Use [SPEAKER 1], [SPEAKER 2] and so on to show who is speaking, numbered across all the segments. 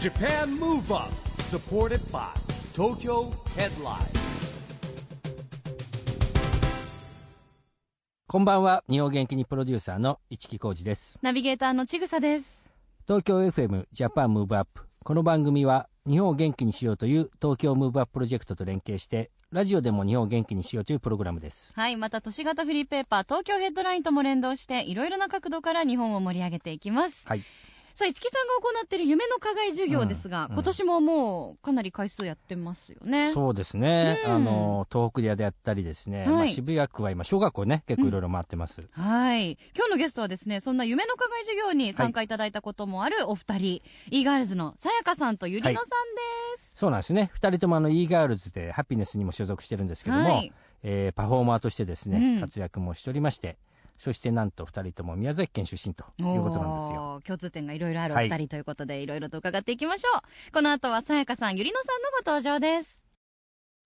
[SPEAKER 1] Japan Move Up supported by Tokyo Headline
[SPEAKER 2] こんばんは日本元気にプロデューサーの市木浩司です
[SPEAKER 3] ナビゲーターのちぐさです。
[SPEAKER 2] 東京 FM ジャパンムーブアップこの番組は日本を元気にしようという東京ムーブアッププロジェクトと連携してラジオでも日本を元気にしようというプログラムです
[SPEAKER 3] はい、また都市型フリーペーパー、東京ヘッドラインとも連動して、いろいろな角度から日本を盛り上げていきます。
[SPEAKER 2] はい
[SPEAKER 3] さあ、市木さんが行っている夢の課外授業ですが、
[SPEAKER 2] うん
[SPEAKER 3] 今年ももうかなり回数やってますよね。
[SPEAKER 2] そうですね、
[SPEAKER 3] うん
[SPEAKER 2] あの東北でやったりですね、
[SPEAKER 3] はい
[SPEAKER 2] まあ、渋谷区は今小学校ね結構いろいろ回ってます、
[SPEAKER 3] はい。今日のゲストはですね、そんな夢の課外授業に参加いただいたこともあるお二人、e ガールズのさやかさんとゆりのさんです。
[SPEAKER 2] そうなんですね2人ともあの e ガールズでハピネスにも所属してるんですけども、
[SPEAKER 3] はい
[SPEAKER 2] えーパフォーマーとしてですね、
[SPEAKER 3] うん
[SPEAKER 2] 活躍もしておりましてそしてなんと2人とも宮崎県出身ということなんですよ
[SPEAKER 3] おー共通点がいろいろあるお二人ということで、いろいろと伺っていきましょう。この後はさやかさん、ゆりのさんのご登場です。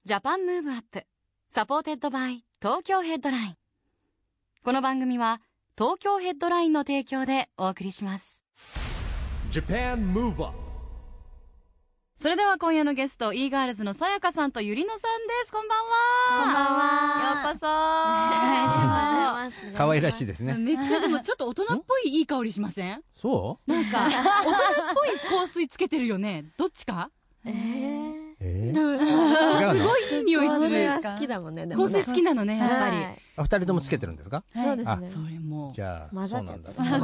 [SPEAKER 3] ジャパンムーブアップ、サポーテッドバイ、東京ヘッドライン。この番組は、東京ヘッドラインの提供でお送りします。
[SPEAKER 1] Japan Move Up
[SPEAKER 3] それでは今夜のゲスト、e ガールズのさやかさんとゆりのさんです。こんばんは。
[SPEAKER 4] こんばんは
[SPEAKER 3] ようこそ。お
[SPEAKER 4] 願いし
[SPEAKER 3] す。
[SPEAKER 4] ます。
[SPEAKER 2] 可愛らしいですね、
[SPEAKER 5] めっちゃでもちょっと大人っぽいいい香りしません
[SPEAKER 2] そう
[SPEAKER 5] なんか 大人っぽい香水つけてるよねどっちか
[SPEAKER 4] えー
[SPEAKER 2] え
[SPEAKER 4] でも
[SPEAKER 2] ー、 違う
[SPEAKER 5] す
[SPEAKER 2] の
[SPEAKER 5] ごいいい匂いす
[SPEAKER 4] 香水
[SPEAKER 5] る
[SPEAKER 4] は好きだもんね。でも
[SPEAKER 5] 香
[SPEAKER 4] ね
[SPEAKER 5] 水好きなのねやっぱり、
[SPEAKER 4] はい
[SPEAKER 2] あ二人ともつけてるんですか
[SPEAKER 4] そうです
[SPEAKER 2] あ
[SPEAKER 4] ね。
[SPEAKER 5] それも
[SPEAKER 2] じゃあ
[SPEAKER 4] 混ざっ
[SPEAKER 2] そ
[SPEAKER 4] ち
[SPEAKER 2] うな
[SPEAKER 4] ゃっ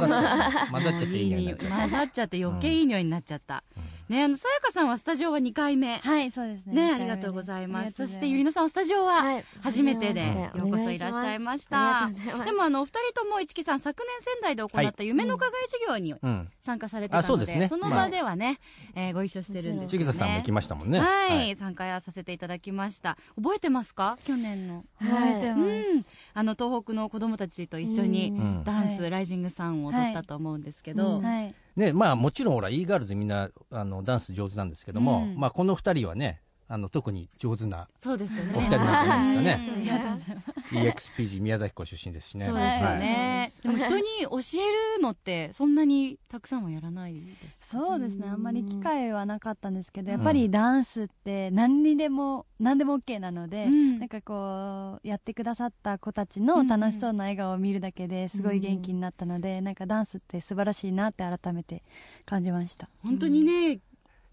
[SPEAKER 2] んだ
[SPEAKER 4] た
[SPEAKER 2] 混ざっちゃった混ざっちゃっていい 匂いになっちゃ
[SPEAKER 5] 混
[SPEAKER 2] った
[SPEAKER 5] ざっちゃって余計いい匂いになっちゃった、ねあのさやかさんはスタジオは2回目
[SPEAKER 4] はい、そうですね。
[SPEAKER 5] ねありがとうございますそしてゆり
[SPEAKER 4] の
[SPEAKER 5] のさんはスタジオは
[SPEAKER 4] はい
[SPEAKER 5] 初めてで、
[SPEAKER 4] 初め
[SPEAKER 5] よ
[SPEAKER 4] まして
[SPEAKER 5] うこそ
[SPEAKER 4] お願
[SPEAKER 5] い
[SPEAKER 4] し
[SPEAKER 5] らっ
[SPEAKER 4] ます
[SPEAKER 5] しゃいまし
[SPEAKER 4] あ
[SPEAKER 5] た
[SPEAKER 4] りがとうございます。
[SPEAKER 5] でもあのお二人とも市木さん昨年仙台で行った夢の課外授業に
[SPEAKER 2] うん
[SPEAKER 5] 参加されてたの
[SPEAKER 2] あ
[SPEAKER 5] で,、
[SPEAKER 2] そう
[SPEAKER 5] そ
[SPEAKER 2] ですね
[SPEAKER 5] の場ではね、えーご一緒してるんです
[SPEAKER 2] ち
[SPEAKER 5] よ
[SPEAKER 2] ぐ
[SPEAKER 5] ね
[SPEAKER 2] ささんも行きましたもんね
[SPEAKER 5] はい、参加させていただきました覚えてますか去年の、
[SPEAKER 4] はい、
[SPEAKER 3] う
[SPEAKER 5] うんあの東北の子供たちと一緒に
[SPEAKER 2] う
[SPEAKER 4] うん
[SPEAKER 2] ん
[SPEAKER 5] ダンス、
[SPEAKER 3] はい
[SPEAKER 5] ライジングサンを踊ったと思うんですけ
[SPEAKER 4] う
[SPEAKER 5] ど、
[SPEAKER 4] ん
[SPEAKER 3] はい、
[SPEAKER 2] ねまあもちろんほら e ガールズみんなあのダンス上手なんですけども、
[SPEAKER 5] うん
[SPEAKER 2] まあこの二人はねあの特に上手 な
[SPEAKER 5] そうですよね
[SPEAKER 2] お二人なんじゃない
[SPEAKER 4] ですかね
[SPEAKER 5] うんありがとうございます
[SPEAKER 2] EXPG 宮崎校出身ですしね
[SPEAKER 5] そうですよ
[SPEAKER 2] はい
[SPEAKER 5] ね、
[SPEAKER 4] は
[SPEAKER 5] でも人に教えるのってそんなにたくさんはやらないです
[SPEAKER 4] そうですね。
[SPEAKER 5] うん
[SPEAKER 4] あんまり機会はなかったんですけど、やっぱりダンスって何にでも、何でも OK なので、
[SPEAKER 5] うん
[SPEAKER 4] なんかこう、やってくださった子たちの楽しそうな笑顔を見るだけですごい元気になったので、なんかダンスって素晴らしいなって改めて感じました。
[SPEAKER 5] 本当にね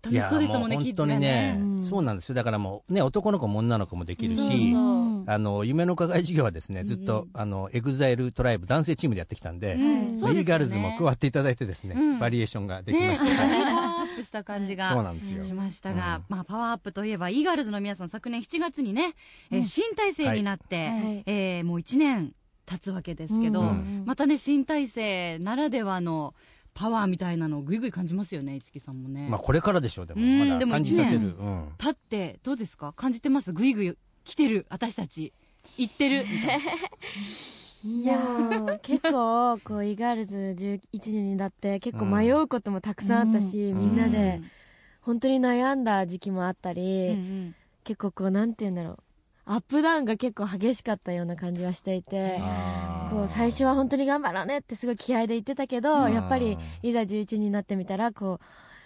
[SPEAKER 5] 楽
[SPEAKER 2] い
[SPEAKER 5] し
[SPEAKER 2] や
[SPEAKER 5] そうでした
[SPEAKER 2] も
[SPEAKER 5] も
[SPEAKER 2] うん
[SPEAKER 5] ねキ
[SPEAKER 2] 本
[SPEAKER 5] ッズ
[SPEAKER 2] 当
[SPEAKER 5] が
[SPEAKER 2] にね
[SPEAKER 5] ね、
[SPEAKER 4] うん
[SPEAKER 2] そうなんですよだからもうね男の子も女の子もできるし、
[SPEAKER 5] そうそう
[SPEAKER 4] うん
[SPEAKER 2] あの夢の課外授業はですねずっと、
[SPEAKER 5] う
[SPEAKER 2] あのエグザイルトライブ男性チームでやってきたんで、
[SPEAKER 5] うん
[SPEAKER 2] ウ
[SPEAKER 5] そう
[SPEAKER 2] ィ
[SPEAKER 5] で
[SPEAKER 2] ー
[SPEAKER 5] すよね
[SPEAKER 2] ガールズも加わっていただいてですね、
[SPEAKER 5] うん
[SPEAKER 2] バリエーションができま
[SPEAKER 5] ね
[SPEAKER 2] した、
[SPEAKER 5] パワーアップした感じ
[SPEAKER 2] そう
[SPEAKER 5] が
[SPEAKER 2] なんですよ、
[SPEAKER 5] しましたが、
[SPEAKER 2] うん
[SPEAKER 5] まあ、パワーアップといえば e ガールズの皆さん昨年7月にね、えー
[SPEAKER 4] うん
[SPEAKER 5] 新体制になって、
[SPEAKER 4] はいはい
[SPEAKER 5] えーもう1年経つわけですけど、
[SPEAKER 2] うん
[SPEAKER 5] またね新体制ならではのパワーみたいなのをぐいぐい感じますよね市木さんもね、
[SPEAKER 2] まあこれからでしょうでも、
[SPEAKER 5] うん
[SPEAKER 2] まだ
[SPEAKER 5] でも
[SPEAKER 2] 感じさせる、
[SPEAKER 5] 一
[SPEAKER 2] うん
[SPEAKER 5] 立ってどうですか感じてますぐいぐい来てる私たち行ってるみたい な
[SPEAKER 4] い
[SPEAKER 6] いやー結構こうイガールズ11年になって結構迷うこともたくさんあったし、
[SPEAKER 2] うん
[SPEAKER 6] みんな
[SPEAKER 2] う
[SPEAKER 6] で本当に悩んだ時期もあったり、
[SPEAKER 5] うんうん
[SPEAKER 6] 結構こうなんて言うんだろうアップダウンが結構激しかったような感じはしていて
[SPEAKER 2] あー
[SPEAKER 6] こう最初は本当に頑張ろうねってすごい気合で言ってたけど、
[SPEAKER 2] うん
[SPEAKER 6] やっぱりいざ11になってみたらこ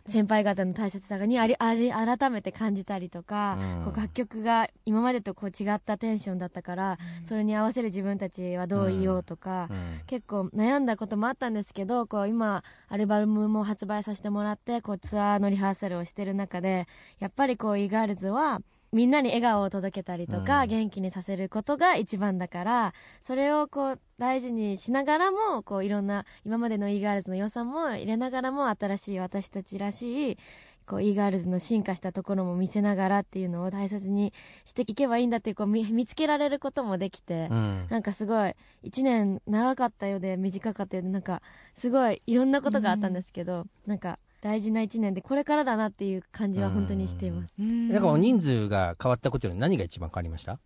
[SPEAKER 6] う先輩方の大切さにありあり改めて感じたりとか、
[SPEAKER 2] うん
[SPEAKER 6] こう楽曲が今までとこう違ったテンションだったから、それに合わせる自分たちはどういようとか、
[SPEAKER 2] うん
[SPEAKER 6] 結構悩んだこともあったんですけどこう今アルバムも発売させてもらってこうツアーのリハーサルをしてる中でやっぱりこう e ガールズはみんなに笑顔を届けたりとか、
[SPEAKER 2] うん
[SPEAKER 6] 元気にさせることが一番だからそれをこう大事にしながらもこういろんな今までの e ガールズの良さも入れながらも新しい私たちらしいこう e ガールズの進化したところも見せながらっていうのを大切にしていけばいいんだっていうこう見見つけられることもできて。
[SPEAKER 2] うん
[SPEAKER 6] なんかすごい1年長かったようで短かったようでなんかすごいいろんなことがあったんですけど、なんか大事な1年でこれからだなっていう感じは本当にしています。
[SPEAKER 5] うん
[SPEAKER 2] だからお人数が変わったことより何が一番変わりました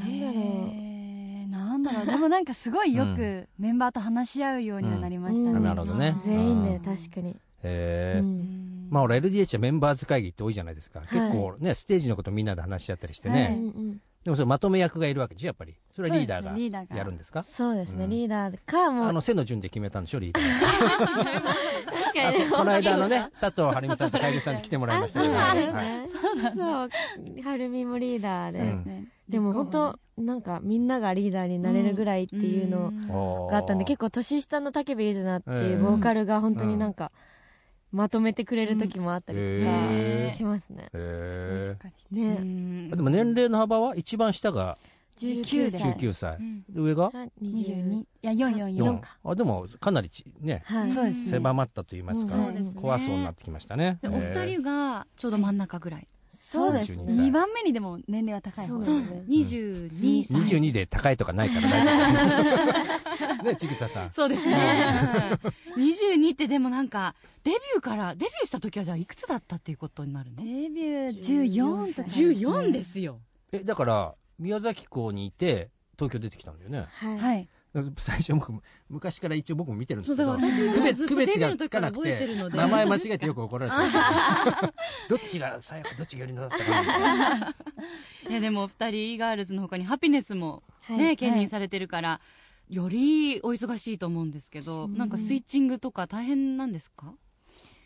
[SPEAKER 6] なんだろう
[SPEAKER 4] えーなんだろうでもなんかすごいよくメンバーと話し合うようにはなりましたね、
[SPEAKER 6] うん
[SPEAKER 2] なるほどね
[SPEAKER 4] うん
[SPEAKER 6] 全員で
[SPEAKER 2] うん
[SPEAKER 6] 確かに、
[SPEAKER 2] えー
[SPEAKER 6] うん
[SPEAKER 2] まあほら LDH はメンバーズ会議って多いじゃないですか、結構ねステージのことみんなで話し合ったりしてね、
[SPEAKER 4] は
[SPEAKER 6] う
[SPEAKER 4] い
[SPEAKER 6] んうん
[SPEAKER 2] でもそれまとめ役がいるわけでしょやっぱりそれはリーダ
[SPEAKER 4] そうですねリーダ
[SPEAKER 2] ー
[SPEAKER 4] ー
[SPEAKER 2] が
[SPEAKER 4] が
[SPEAKER 2] やるんですか
[SPEAKER 6] そうですね、
[SPEAKER 2] うん
[SPEAKER 6] リーダーかも
[SPEAKER 2] あ
[SPEAKER 6] う
[SPEAKER 2] の背の順で決めたんでしょリーダー
[SPEAKER 6] 確か
[SPEAKER 2] あ
[SPEAKER 6] にね
[SPEAKER 2] ここの間あのね、佐藤晴美さんと楓さんに来てもらいましたけど、
[SPEAKER 6] あ そうなんです
[SPEAKER 2] はい
[SPEAKER 6] ね。そうなんそう、はるみもリーダー
[SPEAKER 4] そ
[SPEAKER 6] で。
[SPEAKER 4] うですね。
[SPEAKER 6] でも本当、なんかみんながリーダーになれるぐらいっていうの
[SPEAKER 2] おー
[SPEAKER 6] があったんで、結構年下の竹部ゆずなっていう
[SPEAKER 2] うん
[SPEAKER 6] ボーカルが本当になんか、まとめてくれる時もあったりと
[SPEAKER 2] へー
[SPEAKER 6] かしますね。
[SPEAKER 2] へ
[SPEAKER 4] しっ
[SPEAKER 2] ー
[SPEAKER 4] かりして。
[SPEAKER 6] ね、
[SPEAKER 2] でも年齢の幅は一番下が
[SPEAKER 4] 19
[SPEAKER 6] 19
[SPEAKER 4] 歳
[SPEAKER 6] 歳。
[SPEAKER 2] 19歳、で上が
[SPEAKER 6] はい
[SPEAKER 4] 22。
[SPEAKER 6] 22
[SPEAKER 4] いや、444
[SPEAKER 2] 4
[SPEAKER 4] か。
[SPEAKER 2] あでもかなりちね
[SPEAKER 6] はい。
[SPEAKER 4] そうですね。
[SPEAKER 2] 狭まったと言いますか、
[SPEAKER 6] うんそうです
[SPEAKER 5] ね
[SPEAKER 2] 怖そうになってきましたね
[SPEAKER 5] でお二人がちょうど真ん中ぐらい
[SPEAKER 6] そうです
[SPEAKER 2] 22
[SPEAKER 6] ね。
[SPEAKER 2] 歳
[SPEAKER 4] 2番目にでも年齢は高い方
[SPEAKER 6] そうですね
[SPEAKER 5] 22歳
[SPEAKER 2] 22で高いとかないから大丈 夫ねちぐささん
[SPEAKER 5] そうですね22ってでもなんかデビューからデビューした時はじゃあいくつだったっていうことになるの
[SPEAKER 4] デビュー14とかですね。
[SPEAKER 5] 14ですよ
[SPEAKER 2] えだから宮崎港にいて東京出てきたんだよね
[SPEAKER 6] はい。
[SPEAKER 4] はい。
[SPEAKER 2] 最初僕も昔から一応僕も見てるんです
[SPEAKER 5] そう
[SPEAKER 2] け
[SPEAKER 5] だか
[SPEAKER 2] ど
[SPEAKER 5] ら私も
[SPEAKER 2] 区
[SPEAKER 5] ね
[SPEAKER 2] 別
[SPEAKER 5] ずっと
[SPEAKER 2] 区
[SPEAKER 5] デビ
[SPEAKER 2] 別
[SPEAKER 5] ュー
[SPEAKER 2] が
[SPEAKER 5] の
[SPEAKER 2] つ
[SPEAKER 5] 時
[SPEAKER 2] か
[SPEAKER 5] か
[SPEAKER 2] な
[SPEAKER 5] ら
[SPEAKER 2] く
[SPEAKER 5] 覚えて
[SPEAKER 2] て
[SPEAKER 5] るので
[SPEAKER 2] 名前間違えてよく怒られて どっちが最後どっちが寄りだったかみたいない
[SPEAKER 5] やでもお二人 e ガールズの他にハピネスも
[SPEAKER 6] はい
[SPEAKER 5] ね兼任されてるからよりお忙しいと思うんですけどなんかスイッチングとか大変なんですか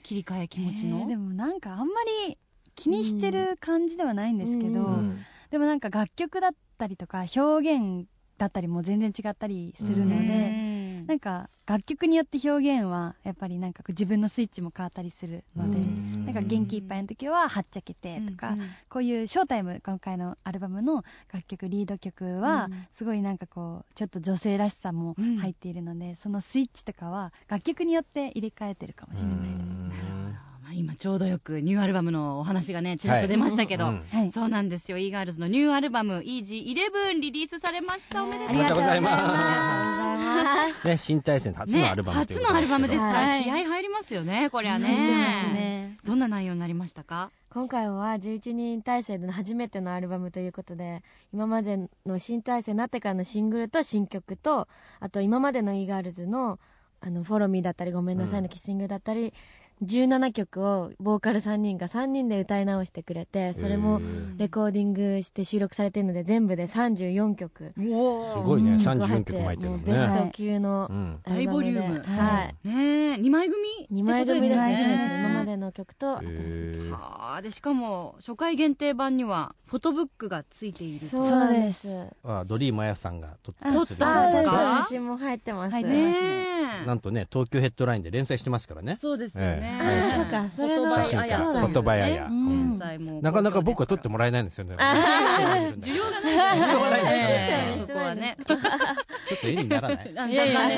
[SPEAKER 5] 切り替え気持ち
[SPEAKER 4] え
[SPEAKER 5] の
[SPEAKER 4] ーでもなんかあんまり気にしてる感じではないんですけど、
[SPEAKER 6] うん
[SPEAKER 2] うん
[SPEAKER 4] でもなんか楽曲だったりとか表現だったりも全然違ったりする
[SPEAKER 5] う
[SPEAKER 4] の
[SPEAKER 5] ん
[SPEAKER 4] で、なんか楽曲によって表現はやっぱりなんか自分のスイッチも変わったりするので、
[SPEAKER 2] うん
[SPEAKER 4] なんか元気いっぱいの時ははっちゃけてとか、
[SPEAKER 5] うん
[SPEAKER 4] こういう「ショータイム今回のアルバムの楽曲リード曲は
[SPEAKER 5] うん
[SPEAKER 4] すごいなんかこうちょっと女性らしさも入っているので、そのスイッチとかは楽曲によって入れ替えてるかもしれないです。
[SPEAKER 5] まあ今ちょうどよくニューアルバムのお話がねちらっと出ましたけど、
[SPEAKER 2] うん
[SPEAKER 4] はい
[SPEAKER 5] そうなんですよ e ガールズのニューアルバム「EG11」リリースされましたおめで
[SPEAKER 2] あ
[SPEAKER 5] とう
[SPEAKER 2] りがとうございま
[SPEAKER 6] ありがとうございます。
[SPEAKER 2] すね新体制初
[SPEAKER 5] ね
[SPEAKER 2] のアルバムという
[SPEAKER 5] 初
[SPEAKER 2] こと
[SPEAKER 5] のアルバムですから、
[SPEAKER 6] はい
[SPEAKER 5] 気合入りますよねこれはね
[SPEAKER 6] 入ってますね
[SPEAKER 5] どんな内容になりましたか
[SPEAKER 6] 今回は11人体制での初めてのアルバムということで今までの新体制になってからのシングルと新曲とあと今までの e ガールズの「あのフォロミーだったり「ごめんなさい」のキッシングだったり、17曲をボーカル3人が3人で歌い直してくれてそれもレコーディングして収録されているので全部で34曲
[SPEAKER 2] すごいね34曲巻いてる
[SPEAKER 6] も
[SPEAKER 2] の
[SPEAKER 6] うベス
[SPEAKER 2] ね
[SPEAKER 6] ト級の
[SPEAKER 2] うん
[SPEAKER 6] アルバム
[SPEAKER 5] 大
[SPEAKER 6] で、
[SPEAKER 5] ボリューム
[SPEAKER 6] はい、
[SPEAKER 5] ねえ2枚組
[SPEAKER 6] 2枚組ですね
[SPEAKER 4] 二枚組ですね
[SPEAKER 6] 今までの曲と新しい曲
[SPEAKER 5] はあでしかも初回限定版にはフォトブックがついている
[SPEAKER 6] そうなんです
[SPEAKER 4] そう
[SPEAKER 2] あドリームあやさんが撮って
[SPEAKER 4] あ
[SPEAKER 2] た
[SPEAKER 5] 撮ったんですか
[SPEAKER 6] そう写真も入ってます、
[SPEAKER 4] 入ってます
[SPEAKER 5] ねえ
[SPEAKER 2] なんとね東京ヘッドラインで連載してますからね
[SPEAKER 5] そうですよね、
[SPEAKER 2] ええああ
[SPEAKER 6] そうかそれの
[SPEAKER 5] フォトバイアヤ
[SPEAKER 6] そうだ
[SPEAKER 2] フォトバイアヤ
[SPEAKER 5] ね
[SPEAKER 2] うん
[SPEAKER 5] 連載も
[SPEAKER 2] なかなか僕は撮って
[SPEAKER 5] も
[SPEAKER 2] もらえないんですよね。
[SPEAKER 5] 需要がない需要が
[SPEAKER 2] ない
[SPEAKER 5] そこはね
[SPEAKER 2] ちょっと絵になら ない。
[SPEAKER 5] いやいやいや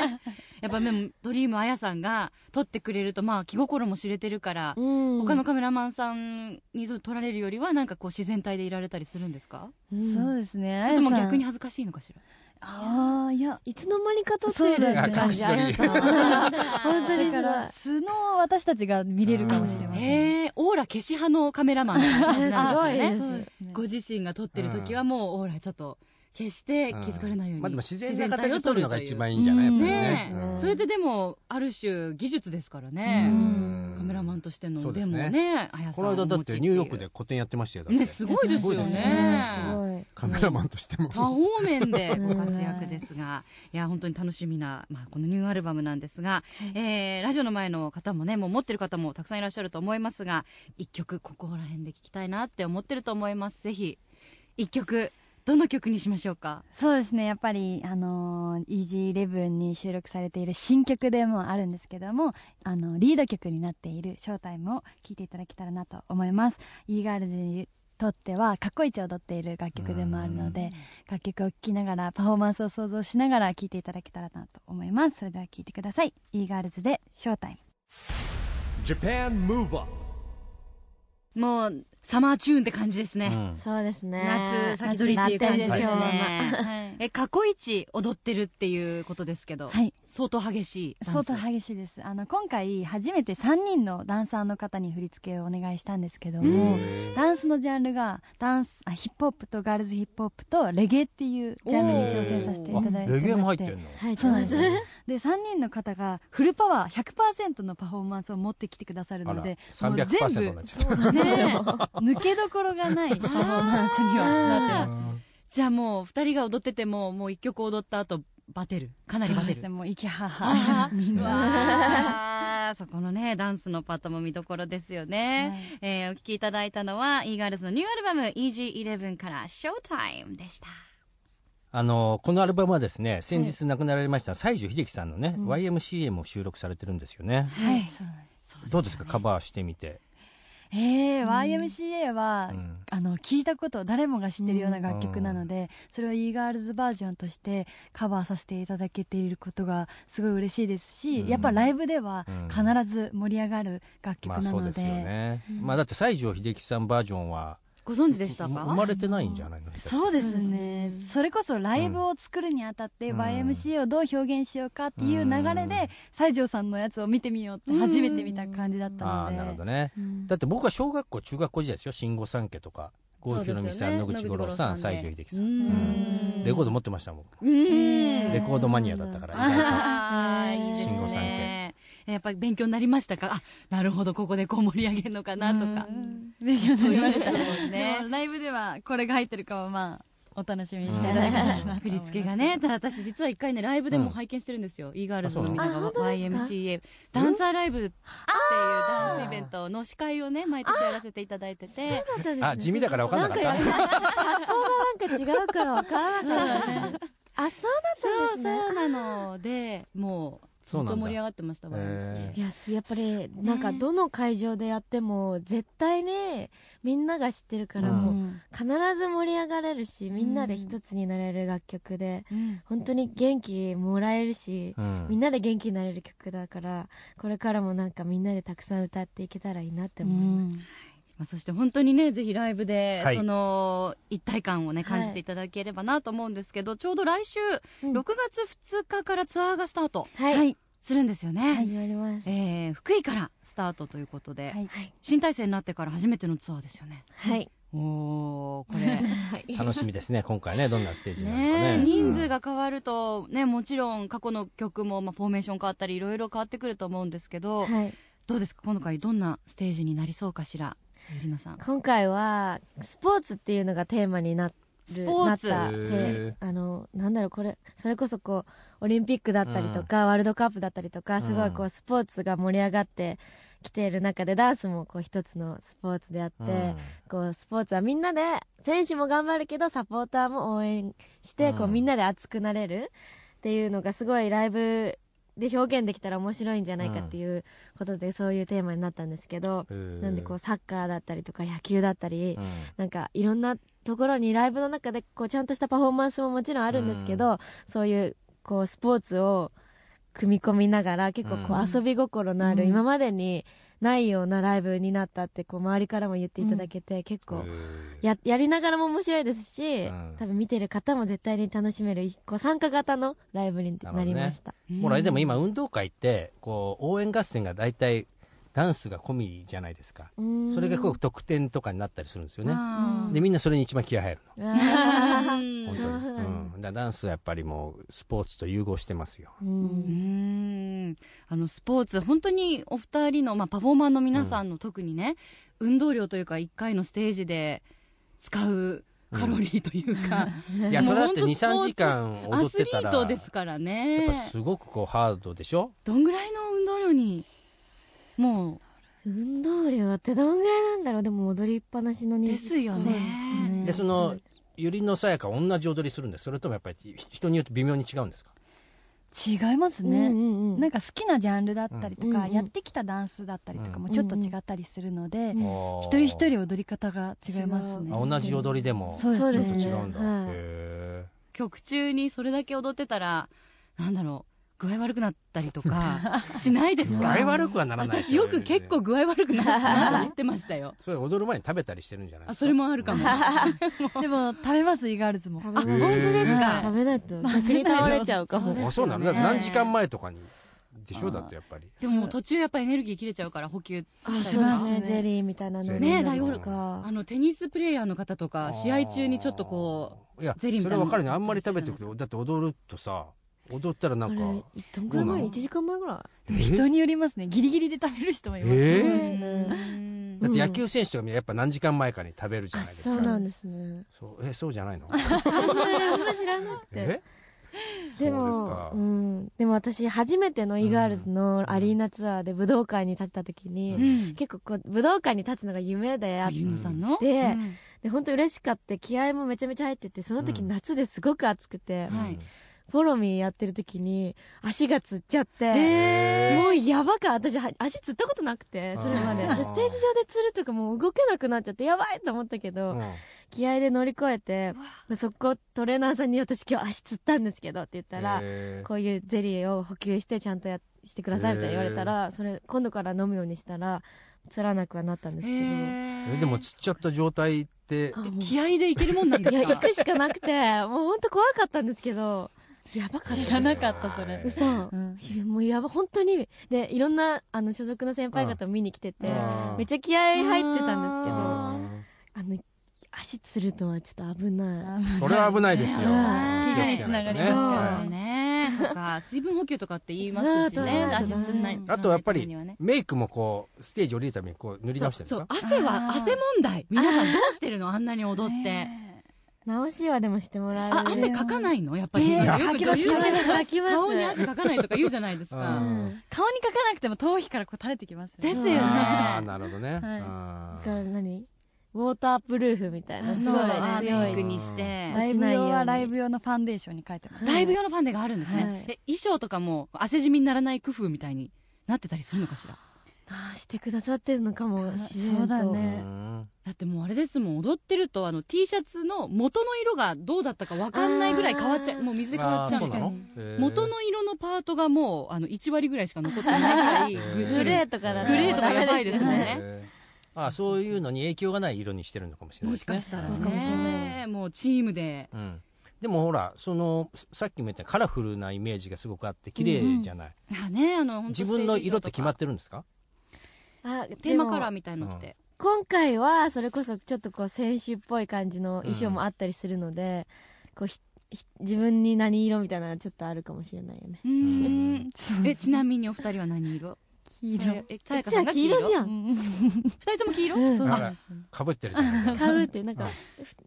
[SPEAKER 5] ねやっぱでもドリームあやさんが撮ってくれるとまあ気心も知れてるから、
[SPEAKER 6] うん
[SPEAKER 5] 他のカメラマンさんに撮られるよりはなんかこう自然体でいられたりするんですか
[SPEAKER 6] うん
[SPEAKER 4] そうですね。
[SPEAKER 5] それとも
[SPEAKER 4] あやさん
[SPEAKER 5] 逆に。恥ずかしいのかしら
[SPEAKER 4] ああ、いや。
[SPEAKER 6] いつの間にか撮ってるって感じ
[SPEAKER 2] そうだ
[SPEAKER 6] あ
[SPEAKER 2] ね
[SPEAKER 6] やさん本当にす
[SPEAKER 4] だか
[SPEAKER 6] ごい
[SPEAKER 4] ら素の私たちが見れるかもしれません。
[SPEAKER 5] えー、オーラ消し派のカメラマン
[SPEAKER 6] ね
[SPEAKER 5] な
[SPEAKER 6] すご
[SPEAKER 5] ん
[SPEAKER 6] い
[SPEAKER 5] で
[SPEAKER 6] です
[SPEAKER 5] ね
[SPEAKER 6] す
[SPEAKER 4] そうですね
[SPEAKER 5] ご自身が撮ってる時はもうオーラちょっと消して気づかれないように、
[SPEAKER 2] まあでも自然な形で撮るのが一番
[SPEAKER 5] いい
[SPEAKER 2] いいんじゃない
[SPEAKER 4] うん
[SPEAKER 5] ねえ、
[SPEAKER 2] やっぱり
[SPEAKER 5] それってでもある種技術ですからね、
[SPEAKER 2] うん
[SPEAKER 5] カメラマンとしての
[SPEAKER 2] そうで
[SPEAKER 5] 腕
[SPEAKER 2] す
[SPEAKER 5] も
[SPEAKER 2] ね
[SPEAKER 5] ねあやさ
[SPEAKER 2] こ
[SPEAKER 5] ん
[SPEAKER 2] の
[SPEAKER 5] を
[SPEAKER 2] 間
[SPEAKER 5] お持ち
[SPEAKER 2] だ
[SPEAKER 5] っ
[SPEAKER 2] って
[SPEAKER 5] い
[SPEAKER 2] て
[SPEAKER 5] う
[SPEAKER 2] ニューヨークで個展やってましたよ。だって
[SPEAKER 5] ねすごいですよ
[SPEAKER 2] すごいです
[SPEAKER 5] ね
[SPEAKER 2] ね
[SPEAKER 6] す
[SPEAKER 2] カメラマンとしても。
[SPEAKER 5] 多方面でご活躍です が、いや本当に楽しみな、まあ、このニューアルバムなんですが、えーラジオの前の方もねもう持ってる方もたくさんいらっしゃると思いますが一曲ここら辺で聴きたいなって思ってると思いますぜひ一曲どの曲にしましょうか
[SPEAKER 4] そうですね。やっぱり、あのー、Easy Eleven に収録されている新曲でもあるんですけども、あの、リード曲になっているショータイムを聴いていただけたらなと思います。e-girls にとっては、かっこいいちを踊っている楽曲でもあるので、楽曲を聴きながら、パフォーマンスを想像しながら聴いていただけたらなと思います。それでは聴いてください。e-girls でショータイム。
[SPEAKER 1] Japan Move Up
[SPEAKER 5] もうサマーチューンって感じですね、
[SPEAKER 6] そうですね
[SPEAKER 5] 夏先取りっていう感じですね
[SPEAKER 6] 夏になってるでしょうまあ
[SPEAKER 5] え過去一踊ってるっていうことですけど、
[SPEAKER 4] はい
[SPEAKER 5] 相当激しいダンス
[SPEAKER 4] 相当激しいですあの今回初めて3人のダンサーの方に振り付けをお願いしたんですけども、ダンスのジャンルがダンスあヒップホップとガールズヒップホップとレゲエっていうジャンルに挑戦させていただいてまして
[SPEAKER 2] レゲエも入ってんの。
[SPEAKER 6] 入って
[SPEAKER 4] そうなん
[SPEAKER 6] ま
[SPEAKER 4] です
[SPEAKER 6] す
[SPEAKER 4] よで3人の方がフルパワー100%のパフォーマンスを持ってきてくださる
[SPEAKER 2] あ
[SPEAKER 4] の
[SPEAKER 2] ら
[SPEAKER 4] で、もう全
[SPEAKER 2] 300%になっちゃった。
[SPEAKER 4] 部ね 抜けどころがないパフォーマンスにはなってます
[SPEAKER 5] じゃあもう二人が踊っててももう一曲踊った後バテるかなり
[SPEAKER 4] そ
[SPEAKER 5] バ
[SPEAKER 4] う
[SPEAKER 5] テ
[SPEAKER 4] で
[SPEAKER 5] る
[SPEAKER 4] すねもう息ははみんな
[SPEAKER 5] わやー そこのねダンスのパートも見どころですよね、えーお聴きいただいたのは e−girls のニューアルバム「EG11」から「Showtime」でした
[SPEAKER 2] あのこのアルバムはですね先日亡くなられました西城秀樹さんのね、YMCA も収録されてるんですよね、
[SPEAKER 4] はい、そうなんです
[SPEAKER 2] どうですかカバーしてみて、
[SPEAKER 4] えー YMCA は、
[SPEAKER 2] うん
[SPEAKER 4] あの聞いたこと誰もが知ってるような楽曲なので、それを e ガールズバージョンとしてカバーさせていただけていることがすごい嬉しいですし、
[SPEAKER 2] うん
[SPEAKER 4] やっぱライブでは
[SPEAKER 2] うん
[SPEAKER 4] 必ず盛り上がる楽
[SPEAKER 2] ま
[SPEAKER 4] 曲
[SPEAKER 2] あ
[SPEAKER 4] な
[SPEAKER 2] そう
[SPEAKER 4] の
[SPEAKER 2] です
[SPEAKER 4] で,、
[SPEAKER 2] よね、まあだって西城秀樹さんバージョンは
[SPEAKER 5] ご存知でした
[SPEAKER 2] 生
[SPEAKER 5] か
[SPEAKER 2] まれてないんじゃないの
[SPEAKER 4] そうですねそれこそライブを作るにあたって、
[SPEAKER 2] うん
[SPEAKER 4] YMCA をどう表現しようかっていう流れで、西条さんのやつを見てみようって初めて見た感じだった
[SPEAKER 2] あ
[SPEAKER 4] の
[SPEAKER 2] あ
[SPEAKER 4] で、
[SPEAKER 2] なるほどね、だって僕は小学校中学校時代ですよ慎吾三家とか郷ひろみさん、野
[SPEAKER 5] そうです
[SPEAKER 2] 口
[SPEAKER 5] よ
[SPEAKER 2] 五郎さん
[SPEAKER 5] ね野口五郎さん
[SPEAKER 2] 西
[SPEAKER 5] で
[SPEAKER 2] 城秀樹
[SPEAKER 5] う
[SPEAKER 2] さ
[SPEAKER 5] ー
[SPEAKER 2] ん
[SPEAKER 5] ん
[SPEAKER 2] レコード持ってましたもん
[SPEAKER 5] うーん
[SPEAKER 4] え
[SPEAKER 2] レコードマニアだったから意外 と
[SPEAKER 5] あー
[SPEAKER 6] えー
[SPEAKER 5] いいです
[SPEAKER 2] 慎吾さんっ
[SPEAKER 5] ねやっぱり勉強になりましたかあなるほどここでこう盛り上げるのかなとか
[SPEAKER 4] うん勉強になり ました
[SPEAKER 5] そうですね
[SPEAKER 4] でもライブではこれが入ってるかはまあお楽しみにしていただけたらなと思います
[SPEAKER 5] 振り付けがねただ私実は一回ねライブでも拝見してるんですよ、e ガールズの皆
[SPEAKER 6] あそう
[SPEAKER 5] が
[SPEAKER 6] あ本当ですか
[SPEAKER 5] YMCA ダンサーライブっていうダンスイベントの司会をね毎年やらせていただいてて
[SPEAKER 6] そうだったですね
[SPEAKER 2] あ地味だから分かんなかっ
[SPEAKER 6] なんか
[SPEAKER 2] た
[SPEAKER 6] 格好がなんか違うから分からなかったですあそうだった
[SPEAKER 5] そう
[SPEAKER 6] んです
[SPEAKER 5] そ
[SPEAKER 6] ね
[SPEAKER 5] うなのでもう
[SPEAKER 2] そう
[SPEAKER 5] 本
[SPEAKER 2] な
[SPEAKER 5] 当
[SPEAKER 2] んだ
[SPEAKER 5] 盛り上がってましたわ、
[SPEAKER 2] へ
[SPEAKER 6] いやすやっぱりなんかどの会場でやっても絶対ねみんなが知ってるから
[SPEAKER 2] うん
[SPEAKER 6] もう必ず盛り上がれるしみんなで一つになれる楽曲で
[SPEAKER 4] うん
[SPEAKER 6] 本当に元気もらえるし
[SPEAKER 2] うん
[SPEAKER 6] みんなで元気になれる曲だからこれからもなんかみんなでたくさん歌っていけたらいいなって思います。
[SPEAKER 5] まあ、そして本当にねぜひライブで、
[SPEAKER 2] はい
[SPEAKER 5] その一体感をね
[SPEAKER 6] はい
[SPEAKER 5] 感じていただければなと思うんですけど、ちょうど来週
[SPEAKER 6] うん
[SPEAKER 5] 6月2日からツアーがスタート
[SPEAKER 6] はい、
[SPEAKER 5] するんですよね、
[SPEAKER 6] 始まります。
[SPEAKER 5] えー福井からスタートということで、
[SPEAKER 4] はい
[SPEAKER 6] はい、
[SPEAKER 5] 新体制になってから初めてのツアーですよね
[SPEAKER 6] はい、
[SPEAKER 5] おーこれ
[SPEAKER 2] 楽しみですね今回ねどんなステージになるのか
[SPEAKER 5] ね
[SPEAKER 2] ね
[SPEAKER 5] え人数
[SPEAKER 2] が、
[SPEAKER 5] が変わるとねもちろん過去の曲も、まあ、フォーメーション変わったりいろいろ変わってくると思うんですけど、
[SPEAKER 6] はい、
[SPEAKER 5] どうですか今回どんなステージになりそうかしらゆりのさん
[SPEAKER 6] 今回はスポーツっていうのがテーマになる
[SPEAKER 5] スポーツ
[SPEAKER 6] な
[SPEAKER 2] へ
[SPEAKER 6] ったテ
[SPEAKER 2] ー
[SPEAKER 6] あのなんだろうこれそれこそこうオリンピックだったりとか、ワールドカップだったりとかすごいこ
[SPEAKER 2] う
[SPEAKER 6] うんスポーツが盛り上がってきている中でダンスもこう一つのスポーツであって、
[SPEAKER 2] うん
[SPEAKER 6] こうスポーツはみんなで選手も頑張るけどサポーターも応援して、
[SPEAKER 2] うん
[SPEAKER 6] こうみんなで熱くなれるっていうのがすごいライブで表現できたら面白いんじゃないかっていうことで、そういうテーマになったんですけど、
[SPEAKER 2] うん
[SPEAKER 6] なんでこうサッカーだったりとか野球だったり、
[SPEAKER 2] うん
[SPEAKER 6] なんかいろんなところにライブの中でこうちゃんとしたパフォーマンスももちろんあるんですけど、そういうこうスポーツを組み込みながら結構こ
[SPEAKER 2] うん
[SPEAKER 6] う遊び心のある、
[SPEAKER 4] うん
[SPEAKER 6] 今までにないようなライブになったってこう周りからも言っていただけて、結構
[SPEAKER 2] うん
[SPEAKER 6] ややりながらも面白いですし、
[SPEAKER 2] うん
[SPEAKER 6] 多分見てる方も絶対に楽しめるこう参加型のライブになりました、
[SPEAKER 2] ほらでも今運動会ってこう応援合戦が大体ダンスが込みじゃないですか
[SPEAKER 6] うん
[SPEAKER 2] それがこう得点とかになったりするんですよね
[SPEAKER 5] あー
[SPEAKER 2] でみんなそれに一番気合入る
[SPEAKER 6] うわー
[SPEAKER 5] うん
[SPEAKER 2] の本当に、う
[SPEAKER 6] そうなん
[SPEAKER 2] ん、だからダンスはやっぱりもうスポーツと融合してますよ、
[SPEAKER 6] う
[SPEAKER 5] うんーんあのスポーツ本当にお二人の、まあ、パフォーマーの皆さんの、特にね運動量というか1回のステージで使うカロリーというか、
[SPEAKER 2] いや
[SPEAKER 5] も
[SPEAKER 2] そうれだって
[SPEAKER 5] 本当スポーツ
[SPEAKER 2] 23時間踊
[SPEAKER 5] ア
[SPEAKER 2] っ
[SPEAKER 5] ス
[SPEAKER 2] て
[SPEAKER 5] リ
[SPEAKER 2] た
[SPEAKER 5] ー
[SPEAKER 2] ら
[SPEAKER 5] トですからね
[SPEAKER 2] やっぱすごくこうハードでしょ
[SPEAKER 5] どんぐらいの運動量にも
[SPEAKER 6] 運動量ってどんぐらいなんだろうでも踊りっぱなしの
[SPEAKER 5] う
[SPEAKER 6] 人
[SPEAKER 5] ですよ
[SPEAKER 4] そうで
[SPEAKER 5] ね。
[SPEAKER 2] でそのゆりのさやか同じ踊りするんですそれともやっぱり人によって微妙に違うんですか
[SPEAKER 4] すね違います
[SPEAKER 6] うんう
[SPEAKER 4] ね、
[SPEAKER 6] んうん
[SPEAKER 4] なんか好きなジャンルだったりとか、
[SPEAKER 6] うん
[SPEAKER 4] やってきたダンスだったりとかもちょっと違ったりするので、
[SPEAKER 6] うん
[SPEAKER 4] 一人一人踊り方が違いますね
[SPEAKER 2] あ同じ踊りでもちょ
[SPEAKER 4] そうです
[SPEAKER 2] っ
[SPEAKER 4] ね
[SPEAKER 2] と違うんだ、
[SPEAKER 6] はい
[SPEAKER 2] へ
[SPEAKER 5] 曲中にそれだけ踊ってたらなんだろう具合悪くなったりと かしないで
[SPEAKER 2] え
[SPEAKER 5] す
[SPEAKER 2] 具
[SPEAKER 5] か
[SPEAKER 2] 合悪くはならない
[SPEAKER 5] 私よく結構具合悪くなったなって言ってましたよ
[SPEAKER 2] それ踊る前に食べたりしてるんじゃない
[SPEAKER 5] あそれもある かも
[SPEAKER 4] でも食べますイガールズも
[SPEAKER 6] 食べます
[SPEAKER 2] あ本当です
[SPEAKER 5] か
[SPEAKER 6] はい食べないと逆に倒れちゃうかも
[SPEAKER 2] あそうなの、
[SPEAKER 5] ですよね
[SPEAKER 2] だって何時間前とかにでしょ
[SPEAKER 4] あー
[SPEAKER 2] だってやっぱり
[SPEAKER 5] でももう途中やっぱエネルギー切れちゃうから補給した
[SPEAKER 6] あ
[SPEAKER 5] りと
[SPEAKER 6] そう
[SPEAKER 5] か
[SPEAKER 6] で
[SPEAKER 4] あ
[SPEAKER 6] す
[SPEAKER 4] そうです
[SPEAKER 6] ね
[SPEAKER 4] ね
[SPEAKER 6] ジェリーみたいなの飲んだり
[SPEAKER 5] ねえ
[SPEAKER 2] 大
[SPEAKER 6] とか
[SPEAKER 5] あのテニスプレーヤーの方とか試合中にちょっとこ
[SPEAKER 2] ういや
[SPEAKER 5] ゼリーみ
[SPEAKER 2] そ
[SPEAKER 5] たい
[SPEAKER 2] れ
[SPEAKER 5] な
[SPEAKER 2] 分かるねあんまり食べてくとだって踊るとさ踊ったらなんか
[SPEAKER 6] あれどんぐら
[SPEAKER 2] どう
[SPEAKER 6] い前
[SPEAKER 2] なの
[SPEAKER 6] 1時間前ぐら
[SPEAKER 2] え
[SPEAKER 4] 人によりますねギリギリで食べる人もいます、
[SPEAKER 2] え
[SPEAKER 6] い
[SPEAKER 2] ー
[SPEAKER 6] す
[SPEAKER 5] う
[SPEAKER 6] ね
[SPEAKER 5] うん
[SPEAKER 2] だって野球選手とかみんなやっぱ何時間前かに食べるじゃ
[SPEAKER 6] あ
[SPEAKER 2] ないですか
[SPEAKER 6] そうなんですね
[SPEAKER 2] そうえそうじゃないの
[SPEAKER 6] あんまりあんま知らなくて
[SPEAKER 2] え
[SPEAKER 6] で
[SPEAKER 7] そうです
[SPEAKER 6] も
[SPEAKER 7] か、
[SPEAKER 6] うん、でも私初めてのイガールズのアリーナツアーで武道館に立った時に、
[SPEAKER 5] うん
[SPEAKER 6] 結構こう武道館に立つのが夢であっ
[SPEAKER 5] ゆりのさんの
[SPEAKER 6] で
[SPEAKER 5] うん
[SPEAKER 6] で本当嬉しかった気合もめちゃめちゃ入っててその時夏ですごく暑くて、
[SPEAKER 5] はい
[SPEAKER 6] フォロミーやってる時に足がつっちゃって、
[SPEAKER 5] え
[SPEAKER 6] もうやばか私は足つったことなくてそれまで
[SPEAKER 7] あー
[SPEAKER 6] でステージ上でつるとかもう動けなくなっちゃってやばいと思ったけど、
[SPEAKER 7] うん
[SPEAKER 6] 気合で乗り越えてそこトレーナーさんに私今日足つったんですけどって言ったら、
[SPEAKER 7] へー
[SPEAKER 6] こういうゼリーを補給してちゃんとやしてくださいみたいに言われたら、それ今度から飲むようにしたらつらなくはなったんですけど、
[SPEAKER 7] えでも、ちっちゃった状態って
[SPEAKER 6] あ、もう
[SPEAKER 5] 気合でいけるもんなんで
[SPEAKER 6] いや
[SPEAKER 5] す
[SPEAKER 6] 行
[SPEAKER 5] か
[SPEAKER 6] くしかなくてもう本当怖かったんですけどやばかった
[SPEAKER 7] 知らなかったそれ
[SPEAKER 6] 嘘、いやもうやば本当にでいろんなあの所属の先輩方見に来てて
[SPEAKER 7] あー
[SPEAKER 6] めっちゃ気合入ってたんですけどあ
[SPEAKER 7] あ
[SPEAKER 6] の足つるのはちょっと危ない
[SPEAKER 7] ーそれは危ないですよ。
[SPEAKER 6] はい
[SPEAKER 5] 怪我につながりますから
[SPEAKER 7] ね。
[SPEAKER 5] ねそうか水分補給とかって言いますし
[SPEAKER 6] そう
[SPEAKER 5] ね
[SPEAKER 6] そう
[SPEAKER 5] 足つんない
[SPEAKER 6] あ
[SPEAKER 7] あとやっぱ
[SPEAKER 5] つん
[SPEAKER 7] り
[SPEAKER 5] ない時にはね
[SPEAKER 7] メイクもこうステージ降りるためにこう塗り直してるんです
[SPEAKER 5] そう
[SPEAKER 7] か。
[SPEAKER 5] 汗は
[SPEAKER 4] あー
[SPEAKER 5] 汗問題皆さんどうしてるのあんなに踊って
[SPEAKER 6] 直しはでもしてもらえる
[SPEAKER 5] あ汗かかないのやっぱり
[SPEAKER 4] ね
[SPEAKER 5] よ
[SPEAKER 4] え
[SPEAKER 5] く女優さんが
[SPEAKER 6] かきます
[SPEAKER 5] 顔に汗かかないとか言うじゃないです
[SPEAKER 7] う
[SPEAKER 5] か
[SPEAKER 7] ん
[SPEAKER 4] 顔にかかなくても頭皮からこう垂れてきますよね
[SPEAKER 5] ですよね
[SPEAKER 7] あーなるほどね。
[SPEAKER 4] はい
[SPEAKER 7] あ
[SPEAKER 6] だから
[SPEAKER 7] ー
[SPEAKER 6] 何ウォータープルーフみたいなす
[SPEAKER 5] そ
[SPEAKER 6] ご
[SPEAKER 5] う
[SPEAKER 6] い
[SPEAKER 5] だね
[SPEAKER 6] 強
[SPEAKER 5] メイ
[SPEAKER 6] い
[SPEAKER 5] クにして
[SPEAKER 4] ライ
[SPEAKER 6] 落ち
[SPEAKER 4] ブ
[SPEAKER 6] ないよう
[SPEAKER 4] 用
[SPEAKER 6] に
[SPEAKER 4] はライブ用のファンデーションに書いてます
[SPEAKER 5] ライブ用のファンデがあるんです
[SPEAKER 6] は
[SPEAKER 5] ね
[SPEAKER 6] い
[SPEAKER 5] え衣装とかも汗染みにならない工夫みたいになってたりするのかしら
[SPEAKER 6] あーしてくださってるのかも自然と
[SPEAKER 4] そうだ
[SPEAKER 7] う
[SPEAKER 4] ね
[SPEAKER 7] ん
[SPEAKER 5] だってもうあれですもん踊ってるとあの T シャツの元の色がどうだったかわかんないぐらい変わっちゃ
[SPEAKER 6] あ
[SPEAKER 5] う
[SPEAKER 6] ー
[SPEAKER 5] もう水で変わっちゃう
[SPEAKER 7] あー
[SPEAKER 5] の
[SPEAKER 7] そうなの
[SPEAKER 5] 元の色のパートがもうあの1割ぐらいしか残ってないぐらいぐっし
[SPEAKER 6] グ
[SPEAKER 5] り
[SPEAKER 6] レーとかだ
[SPEAKER 5] グレーとかやばい
[SPEAKER 7] へー
[SPEAKER 5] ですもんね
[SPEAKER 7] へーあーそういうのに影響がない色にしてるのかもしれない
[SPEAKER 5] も
[SPEAKER 7] で
[SPEAKER 5] し
[SPEAKER 7] すね。
[SPEAKER 5] かしたら
[SPEAKER 6] そうかもしれ
[SPEAKER 5] ねもうチームで
[SPEAKER 7] うん。でもほらそのさっきも言ったカラフルなイメージがすごくあって綺麗じゃない。
[SPEAKER 5] あねあの本当
[SPEAKER 7] 自分の色って決まっ
[SPEAKER 5] ス
[SPEAKER 7] てるんですか。
[SPEAKER 6] あ
[SPEAKER 5] テージ衣装とかテーマカラー
[SPEAKER 6] でも
[SPEAKER 5] みたいのって
[SPEAKER 6] 今回はそれこそちょっとこう選手っぽい感じの衣装もあったりするので、こうひひ自分に何色みたいなのちょっとあるかもしれないよね
[SPEAKER 5] うーんえちなみにお二人は何色
[SPEAKER 4] 黄
[SPEAKER 5] それえさやかさんが
[SPEAKER 6] じ
[SPEAKER 5] 黄色
[SPEAKER 6] ゃあ黄色じゃ
[SPEAKER 4] うんん
[SPEAKER 5] 二人とも黄色
[SPEAKER 4] そう
[SPEAKER 7] あ
[SPEAKER 4] なん
[SPEAKER 7] ら
[SPEAKER 4] ですよね
[SPEAKER 7] かぶってるじゃ ないですか。
[SPEAKER 6] かぶってなんか
[SPEAKER 7] うん
[SPEAKER 6] ふ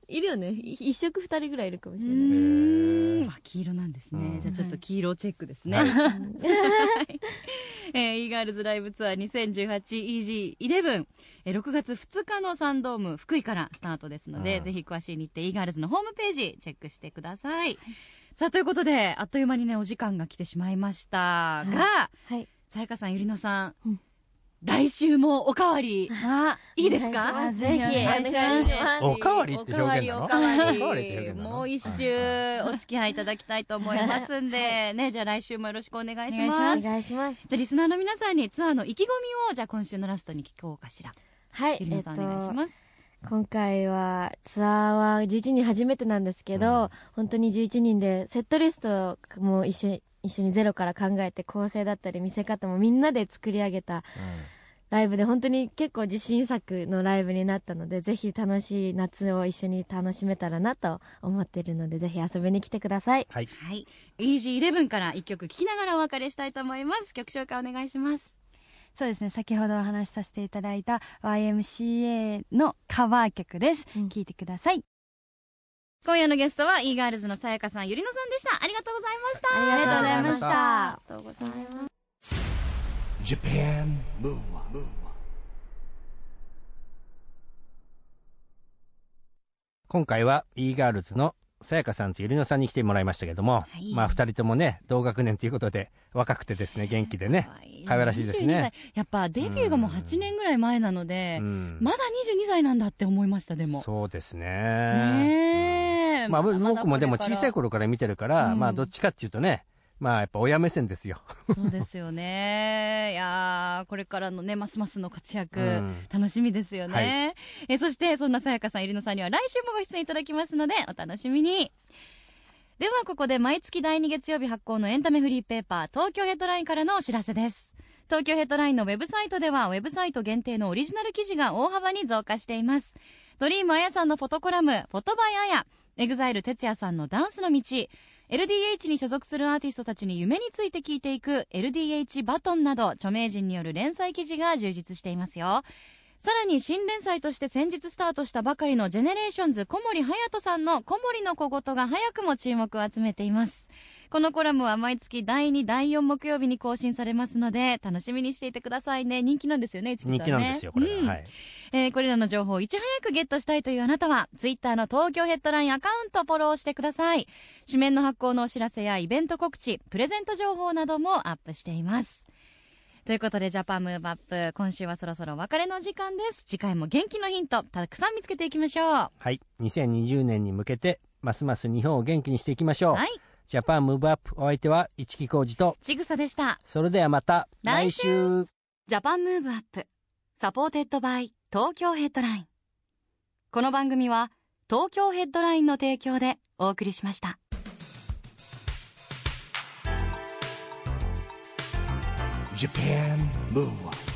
[SPEAKER 6] いるよねひ一色二人ぐらいいるかもし
[SPEAKER 5] う
[SPEAKER 6] れない
[SPEAKER 5] ーんあ黄色なんです
[SPEAKER 7] う
[SPEAKER 5] ね
[SPEAKER 7] ん
[SPEAKER 5] じゃあちょっと黄色チェックですね えー、e ガールズライブツアー 2018EG11、えー、6月2日のサンドーム福井からスタートですので、
[SPEAKER 7] うん
[SPEAKER 5] ぜひ詳しい日程 e ガールズのホームページチェックしてください、さあということであっという間にねお時間が来てしまいましたが
[SPEAKER 6] はい
[SPEAKER 5] さやかさんゆりのさん、
[SPEAKER 6] うん
[SPEAKER 5] 来週もおかわり
[SPEAKER 4] あ
[SPEAKER 5] いいです
[SPEAKER 6] お願
[SPEAKER 5] か
[SPEAKER 6] いしますぜひお願いします
[SPEAKER 7] おかわりって表現なの
[SPEAKER 5] おかわりおかわ
[SPEAKER 7] お
[SPEAKER 5] り
[SPEAKER 7] かわりって表現なの
[SPEAKER 5] もう一周お付き合いいただきたいと思いますんで、ねじゃあ来週もよろしくお願いし
[SPEAKER 4] お
[SPEAKER 5] ま
[SPEAKER 4] 願
[SPEAKER 5] す
[SPEAKER 6] お願いします
[SPEAKER 5] じゃあリスナーの皆さんにツアーの意気込みをじゃあ今週のラストに聞こうかしら。
[SPEAKER 6] はい
[SPEAKER 5] ゆりなさんお願いします。
[SPEAKER 6] 今回はツアーは11人初めてなんですけど、
[SPEAKER 7] うん
[SPEAKER 6] 本当に11人でセットリストも一緒に一緒にゼロから考えて構成だったり見せ方もみんなで作り上げたライブで本当に結構自信作のライブになったのでぜひ楽しい夏を一緒に楽しめたらなと思ってるのでぜひ遊びに来てください
[SPEAKER 7] はい。
[SPEAKER 5] はい。EG11 から一曲聴きながらお別れしたいと思います。曲紹介お願いします。
[SPEAKER 4] そうですね先ほどお話しさせていただいた YMCA のカバー曲です
[SPEAKER 6] うん
[SPEAKER 4] 聞いてください
[SPEAKER 5] 今夜のゲストは e ガールズのさやかさん、ゆりのさんでした。ありがとうございました。
[SPEAKER 6] あ
[SPEAKER 7] りがとうございました
[SPEAKER 6] ありがとうございました
[SPEAKER 1] Japan Move Up, Move Up.
[SPEAKER 2] 今回は e ガールズのさやかさんとゆりのさんに来てもらいましたけども、
[SPEAKER 5] はい
[SPEAKER 2] まあ二人ともね同学年ということで若くてですね元気でね、可
[SPEAKER 5] 可
[SPEAKER 2] 愛
[SPEAKER 5] 愛
[SPEAKER 2] らしいですね。
[SPEAKER 5] 22歳やっぱデビューがもう8年ぐらい前なので、
[SPEAKER 2] うん
[SPEAKER 5] まだ22歳なんだって思いました、でも。
[SPEAKER 2] そうですね
[SPEAKER 5] ねえ。
[SPEAKER 2] まあ、
[SPEAKER 5] だだ
[SPEAKER 2] 僕もでも
[SPEAKER 5] これから
[SPEAKER 2] 小さい頃から見てるから、
[SPEAKER 5] うん
[SPEAKER 2] まあどっちかっていうとねまあやっぱ親目線ですよ、
[SPEAKER 5] そうですよね。いやーこれからのね、ますますの活躍、
[SPEAKER 2] うん
[SPEAKER 5] 楽しみですよね。
[SPEAKER 2] はい
[SPEAKER 5] えーそして、そんなさやかさん、ゆりのさんには来週もご出演いただきますので、お楽しみに。では、ここで毎月第2月曜日発行のエンタメフリーペーパー、東京ヘッドラインからのお知らせです。東京ヘッドラインのウェブサイトでは、ウェブサイト限定のオリジナル記事が大幅に増加しています。ドリームあやさんのフォトコラム、フォトバイあや、エグザイル哲也さんのダンスの道、LDH に所属するアーティストたちに夢について聞いていく LDH バトンなど著名人による連載記事が充実していますよ。さらに新連載として先日スタートしたばかりのジェネレーションズ小森隼人さんの小森の小言が早くも注目を集めています。このコラムは毎月第2第4木曜日に更新されますので楽しみにしていてくださいね人気なんですよね市木さ
[SPEAKER 2] 人
[SPEAKER 5] んね
[SPEAKER 2] 気なんですよこれが、
[SPEAKER 5] うん
[SPEAKER 2] はい
[SPEAKER 5] えーこれらの情報をいち早くゲットしたいというあなたは、ツイッターの東京ヘッドラインアカウントをフォローしてください。紙面の発行のお知らせやイベント告知、プレゼント情報などもアップしています。ということで、ジャパンムーブアップ、今週はそろそろお別れの時間です。次回も元気のヒント、たくさん見つけていきましょう。は
[SPEAKER 2] はい2020年に向けてますます日本を元気にしていきましょう、
[SPEAKER 5] い、
[SPEAKER 2] ジャパンムーブアップお相手は市木浩二と
[SPEAKER 5] ちぐさでした。
[SPEAKER 2] それではまた
[SPEAKER 5] 来週ジャパンムーブアップサポーテッドバイ東京ヘッドラインこの番組は東京ヘッドラインの提供でお送りしました「
[SPEAKER 1] Japan Move Up